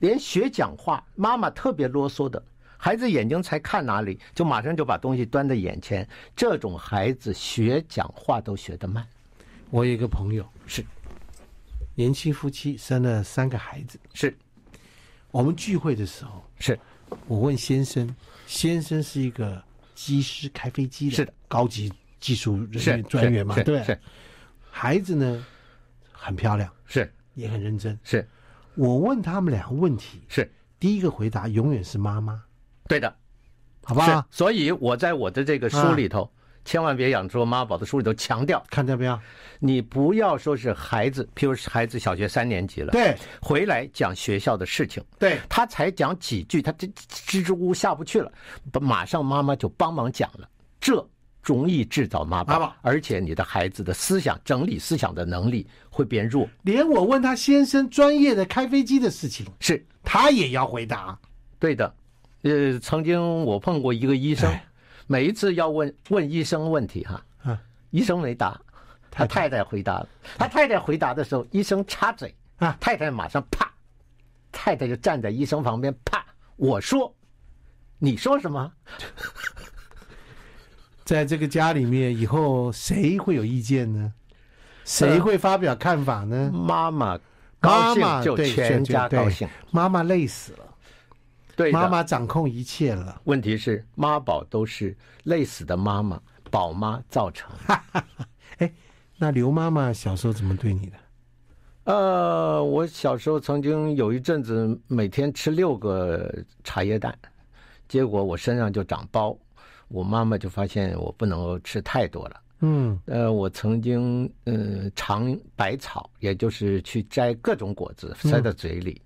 S2: 连学讲话，妈妈特别啰嗦的，孩子眼睛才看哪里，就马上就把东西端在眼前。这种孩子学讲话都学得慢，
S1: 我有一个朋友
S2: 是
S1: 年轻夫妻生了三个孩子，
S2: 是
S1: 我们聚会的时候，
S2: 是，
S1: 我问先生，先生是一个机师，开飞机的，
S2: 是的
S1: 高级技术人
S2: 是
S1: 员专员嘛，
S2: 是
S1: 对不对
S2: 是
S1: 孩子呢很漂亮，
S2: 是
S1: 也很认真。
S2: 是
S1: 我问他们俩问题，
S2: 是，
S1: 第一个回答永远是妈妈，
S2: 对的，
S1: 好不
S2: 是
S1: 好。？啊
S2: 所以我在我的这个书里头千万别养猪妈宝的书里头强调，
S1: 看到没有？
S2: 你不要说是孩子，譬如是孩子小学三年级了，
S1: 对
S2: 回来讲学校的事情，
S1: 对
S2: 他才讲几句，他这支支吾吾下不去了，马上妈妈就帮忙讲了，这容易制造妈
S1: 妈
S2: 宝
S1: 宝，
S2: 而且你的孩子的思想整理思想的能力会变弱，
S1: 连我问他先生专业的开飞机的事情，
S2: 是
S1: 他也要回答。
S2: 对的，呃，曾经我碰过一个医
S1: 哎
S2: 生，每一次要问问医生问题哈，
S1: 啊
S2: 医生没答，他太太回答了。他太太回答的时候，医生插嘴
S1: 啊
S2: 太太马上啪，太太就站在医生旁边啪，我说，你说什么？
S1: 在这个家里面，以后谁会有意见呢？谁会发表看法呢？
S2: 妈妈
S1: 妈
S2: 呃高
S1: 妈
S2: 兴就
S1: 对
S2: 全家
S1: 对
S2: 高兴，
S1: 妈妈累死了，
S2: 对的
S1: 妈妈掌控一切了。
S2: 问题是妈宝都是累死的妈妈宝妈造成的。
S1: 哎，那刘妈妈小时候怎么对你的？
S2: 呃，我小时候曾经有一阵子每天吃六个茶叶蛋，结果我身上就长包，我妈妈就发现我不能够吃太多了。
S1: 嗯，
S2: 呃，我曾经嗯尝百草，也就是去摘各种果子塞到嘴里，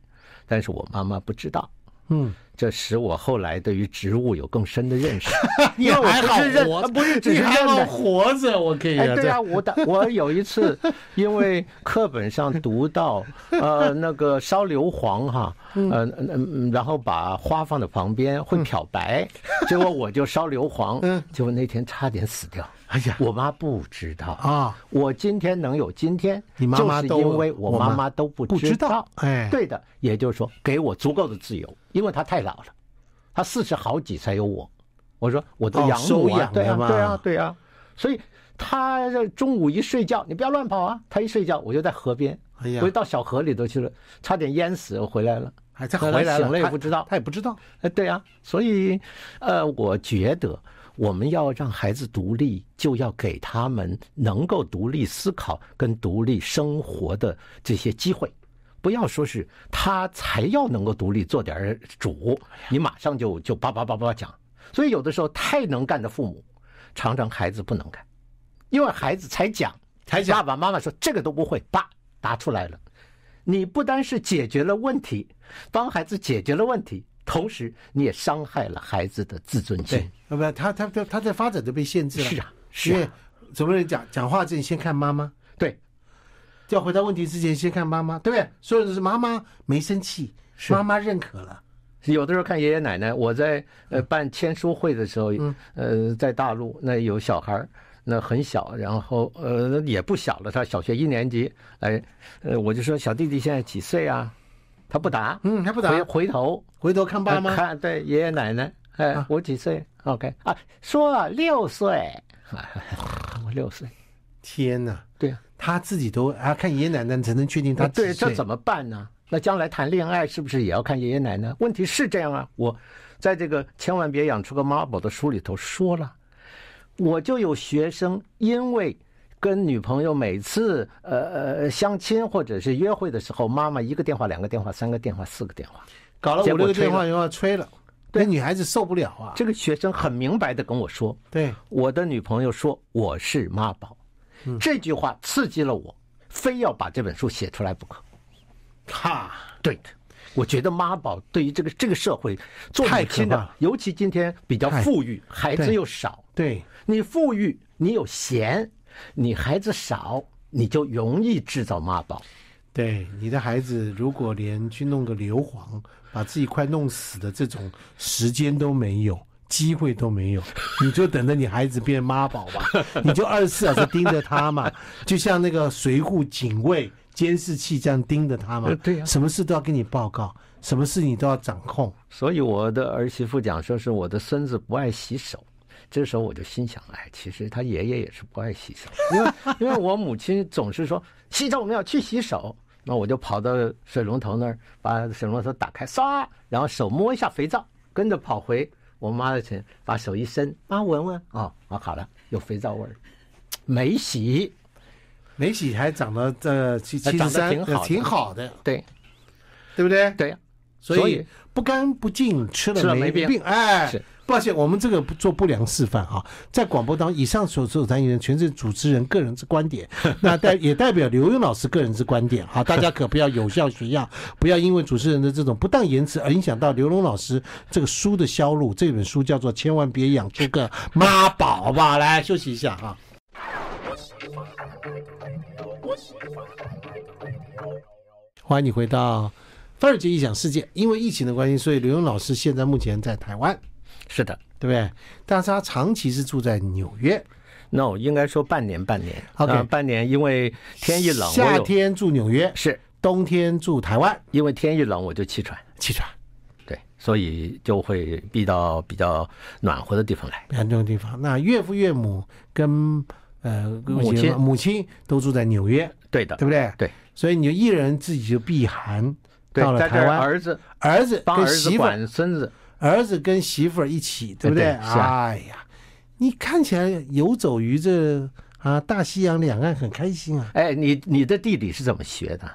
S2: 但是我妈妈不知道，
S1: 嗯，
S2: 这使我后来对于植物有更深的认识。
S1: 你
S2: 那我
S1: 还
S2: 不
S1: 好
S2: 是认
S1: 活，
S2: 不是只
S1: 你
S2: 是
S1: 还
S2: 认
S1: 好
S2: 的
S1: 活着，我可以
S2: 哎，对
S1: 这
S2: 啊，我打我有一 次，因为课本上读到，呃，那个烧硫磺哈，呃，嗯嗯然后把花放在旁边会漂白，结果我就烧硫磺，结果那天差点死掉。
S1: 哎呀
S2: 我妈不知道
S1: 啊，
S2: 我今天能有今天，
S1: 你妈妈
S2: 就是
S1: 都
S2: 因为我
S1: 我妈
S2: 妈妈都不
S1: 不知道哎
S2: 对的，也就是说给我足够的自由，因为她太老了，她四十好几才有我。我说我的
S1: 哦
S2: 养母
S1: 收
S2: 啊
S1: 养，
S2: 对
S1: 的嘛
S2: 啊，对啊，对啊，所以她这中午一睡觉，你不要乱跑啊，她一睡觉我就在河边，
S1: 哎呀
S2: 我就到小河里头去了，差点淹死，我回来了。
S1: 还再
S2: 后
S1: 回来
S2: 醒了也
S1: 他
S2: 不知道
S1: 他也不知道。
S2: 呃，对啊，所以，呃，我觉得我们要让孩子独立，就要给他们能够独立思考跟独立生活的这些机会，不要说是他才要能够独立做点儿主，你马上就就叭叭叭叭讲。所以有的时候太能干的父母，常常孩子不能干，因为孩子才讲，才讲，爸爸妈妈说这个都不会，叭答出来了。你不单是解决了问题，帮孩子解决了问题，同时你也伤害了孩子的自尊心
S1: 对。，要不然他他他他在发展都被限制了。
S2: 是啊是
S1: 因
S2: 啊
S1: 为怎么人讲讲话之前先看妈妈，
S2: 对，
S1: 要回答问题之前先看妈妈，对不对？所有人都是妈妈没生气，妈妈认可了。
S2: 有的时候看爷爷奶奶，我在呃办签书会的时候，
S1: 嗯
S2: 呃，在大陆那有小孩儿，那很小，然后呃也不小了，他小学一年级，哎，呃，我就说小弟弟现在几岁啊？他不答，
S1: 嗯，他不答
S2: 回，回头
S1: 回头看爸妈。
S2: 哎
S1: 啊
S2: 看对爷爷奶奶，哎，我几岁？OK 啊，说啊六岁， 我六岁，
S1: 天哪，
S2: 对啊。
S1: 他自己都啊，看爷爷奶奶才能确定他
S2: 那哎对，这怎
S1: 么？
S2: 么办呢？那将来谈恋爱是不是也要看爷爷奶奶？问题是这样啊，我在这个《千万别养出个妈宝》的书里头说了，我就有学生因为跟女朋友每次呃呃相亲或者是约会的时候，妈妈一个电话、两个电话、三个电话、四个电话，
S1: 搞了
S2: 结
S1: 五
S2: 果
S1: 六个
S2: 吹
S1: 电
S2: 了
S1: 话以后吹了，那女孩子受不了啊。
S2: 这个学生很明白的跟我说，
S1: 对，
S2: 我的女朋友说我是妈宝，这句话刺激了我，非要把这本书写出来不可。
S1: 哈，
S2: 对的，我觉得妈宝对于这个这个社会做
S1: 太
S2: 母
S1: 可
S2: 亲
S1: 怕
S2: 的
S1: 了，
S2: 尤其今天比较
S1: 太
S2: 富裕，孩子
S1: 对
S2: 又少，
S1: 对，
S2: 你富裕，你有闲，你孩子少，你就容易制造妈宝。
S1: 对，你的孩子如果连去弄个硫磺，把自己快弄死的这种时间都没有，机会都没有， 你就等着你孩子变妈宝 吧，你就二十四小时盯着他嘛，就像那个随护警卫监视器这样盯着他嘛
S2: 呃。对呀
S1: 什么事都要跟你报告，什么事你都要掌控。
S2: 所以我的儿媳妇讲说是我的孙子不爱洗手，这时候我就心想，哎，其实他爷爷也是不爱洗手，因为因为我母亲总是说洗手我们要去洗手，那我就跑到水龙头那儿把水龙头打开，唰，然后手摸一下肥皂，跟着跑回我妈的前，把手一伸，妈闻闻，哦，啊好了，有肥皂味儿，没洗，
S1: 梅喜还长得这七
S2: 呃
S1: 七十
S2: 长得
S1: 三，
S2: 挺好的
S1: 呃挺好的，
S2: 对
S1: 对不对？
S2: 对呀、
S1: 所
S2: 所
S1: 以
S2: 以
S1: 不干不净吃
S2: 吃
S1: 了
S2: 了
S1: 没
S2: 没病
S1: 病，哎
S2: 是，
S1: 抱歉，我们这个不做不良示范啊。在广播当中，以上所所谈言全是主持人个人之观 点，那代也代表刘墉老师个人之观点啊。大家可不要有效学样，不要因为主持人的这种不当言辞而影响到刘墉老师这个书的销路。这本书叫做《千万别养出个妈宝吧》。来休息一下啊。欢迎你回到范儿姐异想世界。因为疫情的关系，所以刘墉老师现在目前在台湾，
S2: 是的
S1: 对不对？但是他长期是住在纽约，
S2: ，no，应该说半年半年
S1: OK
S2: 呃半年，因为天一冷，我
S1: 夏
S2: 有
S1: 天住纽约，
S2: 是
S1: 冬天住台湾，
S2: 因为天一冷我就气喘，
S1: 气喘，
S2: 对，所以就会避到比较暖和的地方来。
S1: 很多地方。那岳父岳母跟呃
S2: 母亲啊
S1: 母亲都住在纽约，
S2: 对的
S1: 对，不对？
S2: 对，
S1: 所以你就一人自己就避寒
S2: 对
S1: 到，了
S2: 在这
S1: 台
S2: 儿
S1: 湾，
S2: 儿子
S1: 儿子
S2: 帮
S1: 跟
S2: 儿子
S1: 媳妇儿
S2: 管孙子，
S1: 儿子跟媳妇儿一起，对不对？
S2: 对对是啊
S1: 哎呀，你看起来游走于这啊大西洋两岸很开心啊，
S2: 哎，你你的地理是怎么学的？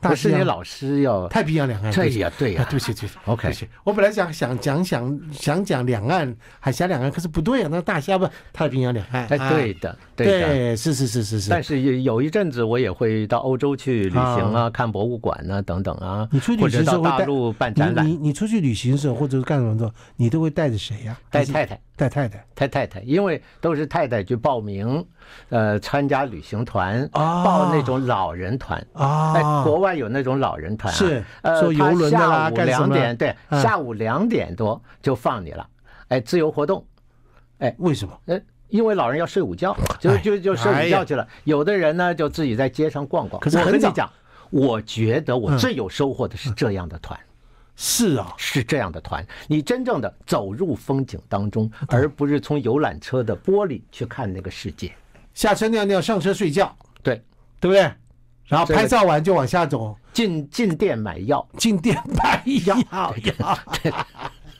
S1: 大
S2: 不是
S1: 西
S2: 你
S1: 洋
S2: 老师要
S1: 太平洋两岸。
S2: 对
S1: 不起
S2: 呀对呀
S1: 啊对不起对不起
S2: OK
S1: 对不起我本来想想讲想想讲两岸海峡两岸，可是不对啊，那大西不太平洋两岸。
S2: 哎
S1: 啊
S2: 对的对的。
S1: 对，是是是是是
S2: 但。是有有一阵子，我也会到欧洲去旅行啊，看博物馆啊等等啊，
S1: 你出去
S2: 或
S1: 旅行
S2: 者
S1: 的时
S2: 到
S1: 候会
S2: 大
S1: 带
S2: 陆办展
S1: 你
S2: 览，
S1: 你你出去旅行的时候或者是干什么的时候，你都会带着谁呀、
S2: 带
S1: 还是
S2: 太太。
S1: 带太太。
S2: 太太太，因为都是太太去报名，呃，参加旅行团，
S1: 啊
S2: 报那种老人团。在
S1: 啊，
S2: 国外有那种老人团、啊，
S1: 是
S2: 呃，
S1: 坐游轮的啦
S2: 他下午
S1: 干什么
S2: 两点，对，
S1: 嗯
S2: 下午两点多就放你了，哎，自由活动，
S1: 为什么？
S2: 呃，因为老人要睡午觉，就
S1: 哎
S2: 就就睡午觉去了。有的人呢，就自己在街上逛逛。
S1: 可是
S2: 我
S1: 很
S2: 跟你
S1: 早嗯
S2: 讲，我觉得我最有收获的是这样的团，
S1: 是啊，
S2: 是这样的团，你真正的走入风景当中，而不是从游览车的玻璃去看那个世界。
S1: 下车尿尿，上车睡觉，
S2: 对，
S1: 对不对？然后
S2: 这个
S1: 拍照完就往下走，
S2: 进进店买药，
S1: 进店拍药药。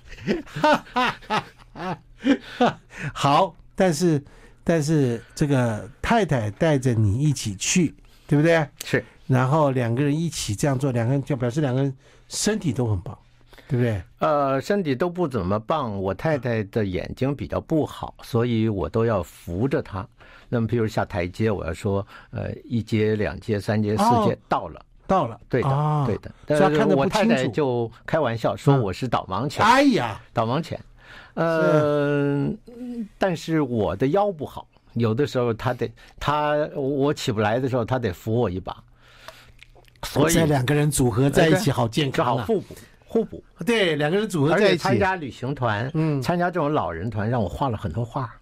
S1: 好，但是但是这个太太带着你一起去，对不对？
S2: 是
S1: 然后两个人一起这样做，两个人就表示两个人身体都很棒，对不对？
S2: 呃，身体都不怎么棒，我太太的眼睛比较不好，所以我都要扶着她。那么，譬如下台阶，我要说，呃，一阶、两阶、三阶、四
S1: 哦
S2: 阶到了。
S1: 到了，
S2: 对的，
S1: 啊
S2: 对的。
S1: 所以他
S2: 但是
S1: 看得
S2: 我
S1: 不
S2: 太
S1: 清
S2: 太
S1: 楚。
S2: 就开玩笑说我是导盲犬，
S1: 哎呀，
S2: 导盲犬。呃，但是我的腰不好，有的时候他得他我起不来的时候，他得扶我一把，所以
S1: 这两个人组合在一起好健
S2: 正
S1: 康
S2: 好
S1: 啊！
S2: 互补互补。
S1: 对，两个人组合
S2: 而
S1: 在
S2: 且
S1: 一起
S2: 参，加旅行团，
S1: 嗯
S2: 参加这种老人团，让我画了很多画，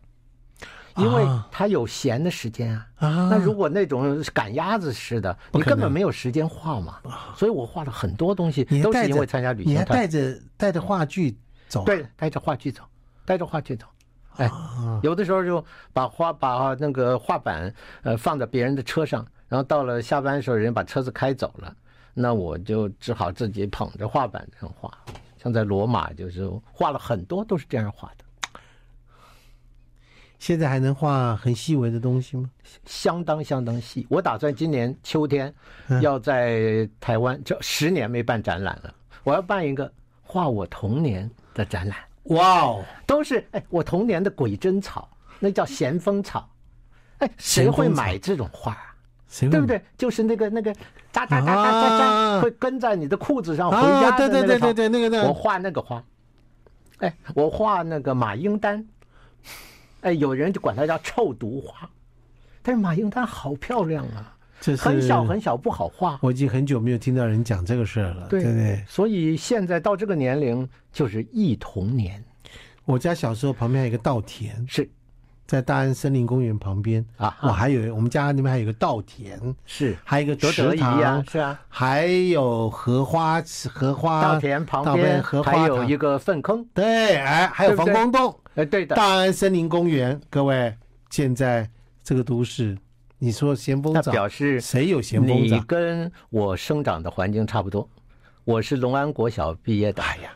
S2: 因为
S1: 啊
S2: 他有闲的时间啊。
S1: 啊
S2: 那如果那种赶鸭子似的，
S1: 不
S2: 你
S1: 可
S2: 根本
S1: 能啊
S2: 没有时间画嘛。所以我画了很多东西
S1: 你，还
S2: 都
S1: 带
S2: 是因
S1: 着
S2: 为参加旅
S1: 你还
S2: 行团
S1: 带。着带着话剧走，
S2: 对，带着话剧走，带着话剧走。哎，
S1: 啊，
S2: 有的时候就把画把那个画板呃放在别人的车上，然后到了下班的时候，人家把车子开走了，那我就只好自己捧着画板这样画。像在罗马，就是画了很多都是这样画的，
S1: 现在还能画很细微的东西吗？
S2: 相当相当细。我打算今年秋天要在台湾，这十年没办展览了，我要办一个画我童年的展览。
S1: 哇哦，
S2: 都是哎，我童年的鬼针草，那叫咸丰草。哎，谁会买这种画啊？
S1: 谁
S2: 对不？对？就是那个那个扎扎扎扎扎
S1: 嗯啊
S2: 扎，会跟在你的裤子上回
S1: 啊，
S2: 家
S1: 对
S2: 的
S1: 对
S2: 那个
S1: 对
S2: 草
S1: 对对，那个那
S2: 我
S1: 个
S2: 画那个花，哎，我画那个马英丹，哎，有人就管它叫臭毒花，但是马英丹好漂亮啊，
S1: 这是
S2: 很小很小不好画。
S1: 我已经很久没有听到人讲这个事儿了，对不对？
S2: 所以现在到这个年龄就是忆童年，
S1: 我家小时候旁边还有一个稻田，
S2: 是
S1: 在大安森林公园旁边
S2: 啊哈
S1: 我还有我们家那边还有一个稻田，
S2: 是
S1: 还有一个
S2: 多
S1: 池
S2: 得意啊
S1: 塘，，
S2: 是啊。
S1: 还有荷花荷花
S2: 稻田旁
S1: 稻
S2: 边
S1: 荷花
S2: 还有
S1: 塘
S2: 一个粪坑，
S1: 对，哎，还有
S2: 对不
S1: 防
S2: 对
S1: 空洞，
S2: 呃，对的，
S1: 大安森林公园，各位，现在这个都市，你说咸丰
S2: 那
S1: 长
S2: 表，示
S1: 啊谁有咸丰
S2: 你
S1: 长？
S2: 跟我生长的环境差不多。我是龙安国小毕业的，哎呀，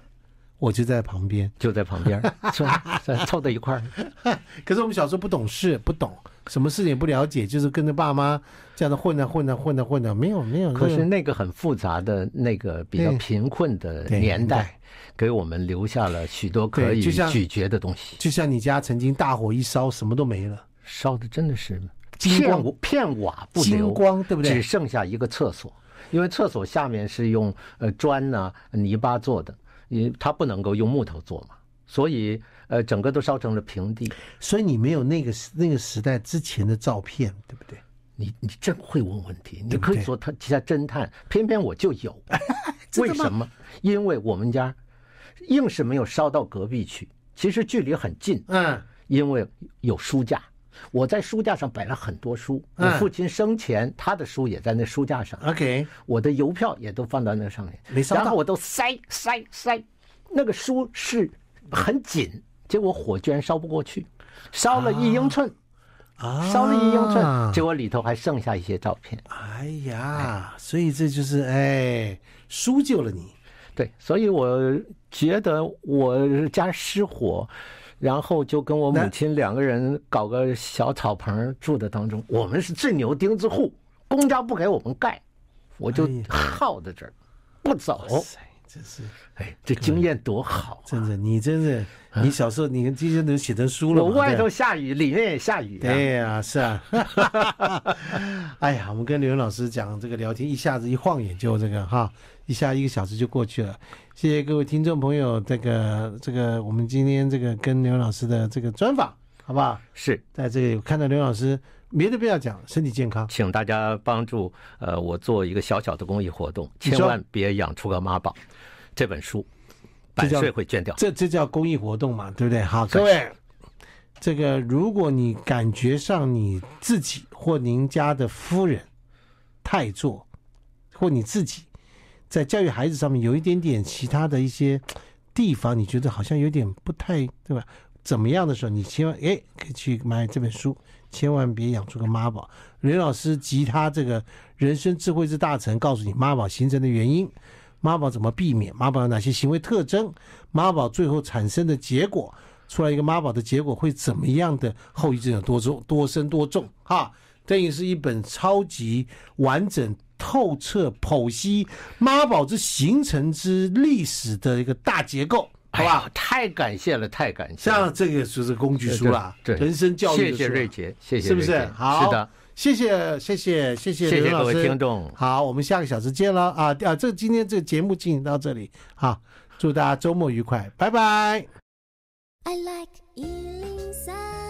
S1: 我就在旁边。 嗯
S2: 就在旁边儿，算算凑到一块儿。
S1: 可是我们小时候不懂事，不懂，什么事情也不了解，就是跟着爸妈这样的混啊混啊混啊混啊，没有没有。
S2: 可
S1: 没
S2: 是
S1: 有
S2: 那个很复杂的那个比较
S1: 对
S2: 贫困的
S1: 对
S2: 年
S1: 年
S2: 代
S1: 代，
S2: 给我们留下了许多可
S1: 对
S2: 以
S1: 就像
S2: 咀嚼的东西。
S1: 就像你家曾经大火一烧，什么都没了，
S2: 烧的真的是
S1: 金
S2: 片
S1: 光
S2: 瓦片瓦不留，
S1: 金光对不
S2: 只
S1: 对？
S2: 剩下一个厕所，因为厕所下面是用呃砖呐、泥巴做的，你它不能够用木头做嘛，所以呃整个都烧成了平地。
S1: 所以你没有那个时那个时代之前的照片，对不对？
S2: 你你真会问问题，你
S1: 对不
S2: 可以
S1: 对
S2: 说他其他侦探，偏偏我就 有，为什么？因为我们家硬是没有烧到隔壁去，其实距离很近，
S1: 嗯，
S2: 因为有书架。我在书架上摆了很多书，我
S1: 嗯
S2: 父亲生前他的书也在那书架上，
S1: OK，
S2: 我的邮票也都放到那上面，
S1: 没烧到
S2: 然后我都塞塞塞，那个书是很紧，结果火居然烧不过去，烧了一英寸，
S1: 啊
S2: 烧了一英寸，结果里头还剩下一些照片。
S1: 哎呀，所以这就是哎，书救了你。
S2: 对，所以我觉得我家失火，然后就跟我母亲两个人搞个小草棚住的当中，我们是最牛钉子户，公家不给我们盖，我就
S1: 哎呀
S2: 耗在这儿，不走。
S1: 塞，真是
S2: 哎，这经验多好啊！
S1: 真的，你真的，你小时候你这些都写成书了嘛。
S2: 我外
S1: 对
S2: 头下雨，里面也下雨、啊。
S1: 对呀、是啊。 哎呀，我们跟刘源老师讲这个聊天，一下子一晃眼就这个哈，一下一个小时就过去了。谢谢各位听众朋友，这个这个我们今天这个跟刘源老师的这个专访，好不好？
S2: 是，
S1: 在这里看到刘源老师，别的不要讲，身体健康。
S2: 请大家帮助呃，我做一个小小的公益活动，
S1: 你说
S2: 千万别养出个妈宝。这本书，版
S1: 这叫
S2: 税会捐掉。
S1: 这这叫公益活动嘛，对不对？好，
S2: 对
S1: 各位，这个如果你感觉上你自己或您家的夫人太做，或你自己在教育孩子上面有一点点其他的一些地方，你觉得好像有点不太对吧？怎么样的时候，你千万哎可以去买这本书，千万别养出个妈宝。刘老师及他这个人生智慧之大成，告诉你妈宝形成的原因，妈宝怎么避免，妈宝有哪些行为特征，妈宝最后产生的结果，出来一个妈宝的结果会怎么样的后遗症有多重、多深、多重哈。这也是一本超级完整、透彻剖析妈宝之形成之历史的一个大结构，好
S2: 哎
S1: 吧？
S2: 呀，太感谢了，太感谢了。
S1: 像这个就是工具书啦，
S2: 对对
S1: 人生教育的
S2: 谢谢
S1: 书啦
S2: 瑞杰，谢谢
S1: 是不
S2: 瑞
S1: 是
S2: 杰？
S1: 好，
S2: 是的，，
S1: 谢谢谢谢谢谢
S2: 谢谢
S1: 刘老
S2: 各位
S1: 师
S2: 听众
S1: 好，我们下个小时见了啊啊！这今天这个节目进行到这里，好，祝大家周末愉快，拜拜。
S3: I like Ealing Sound.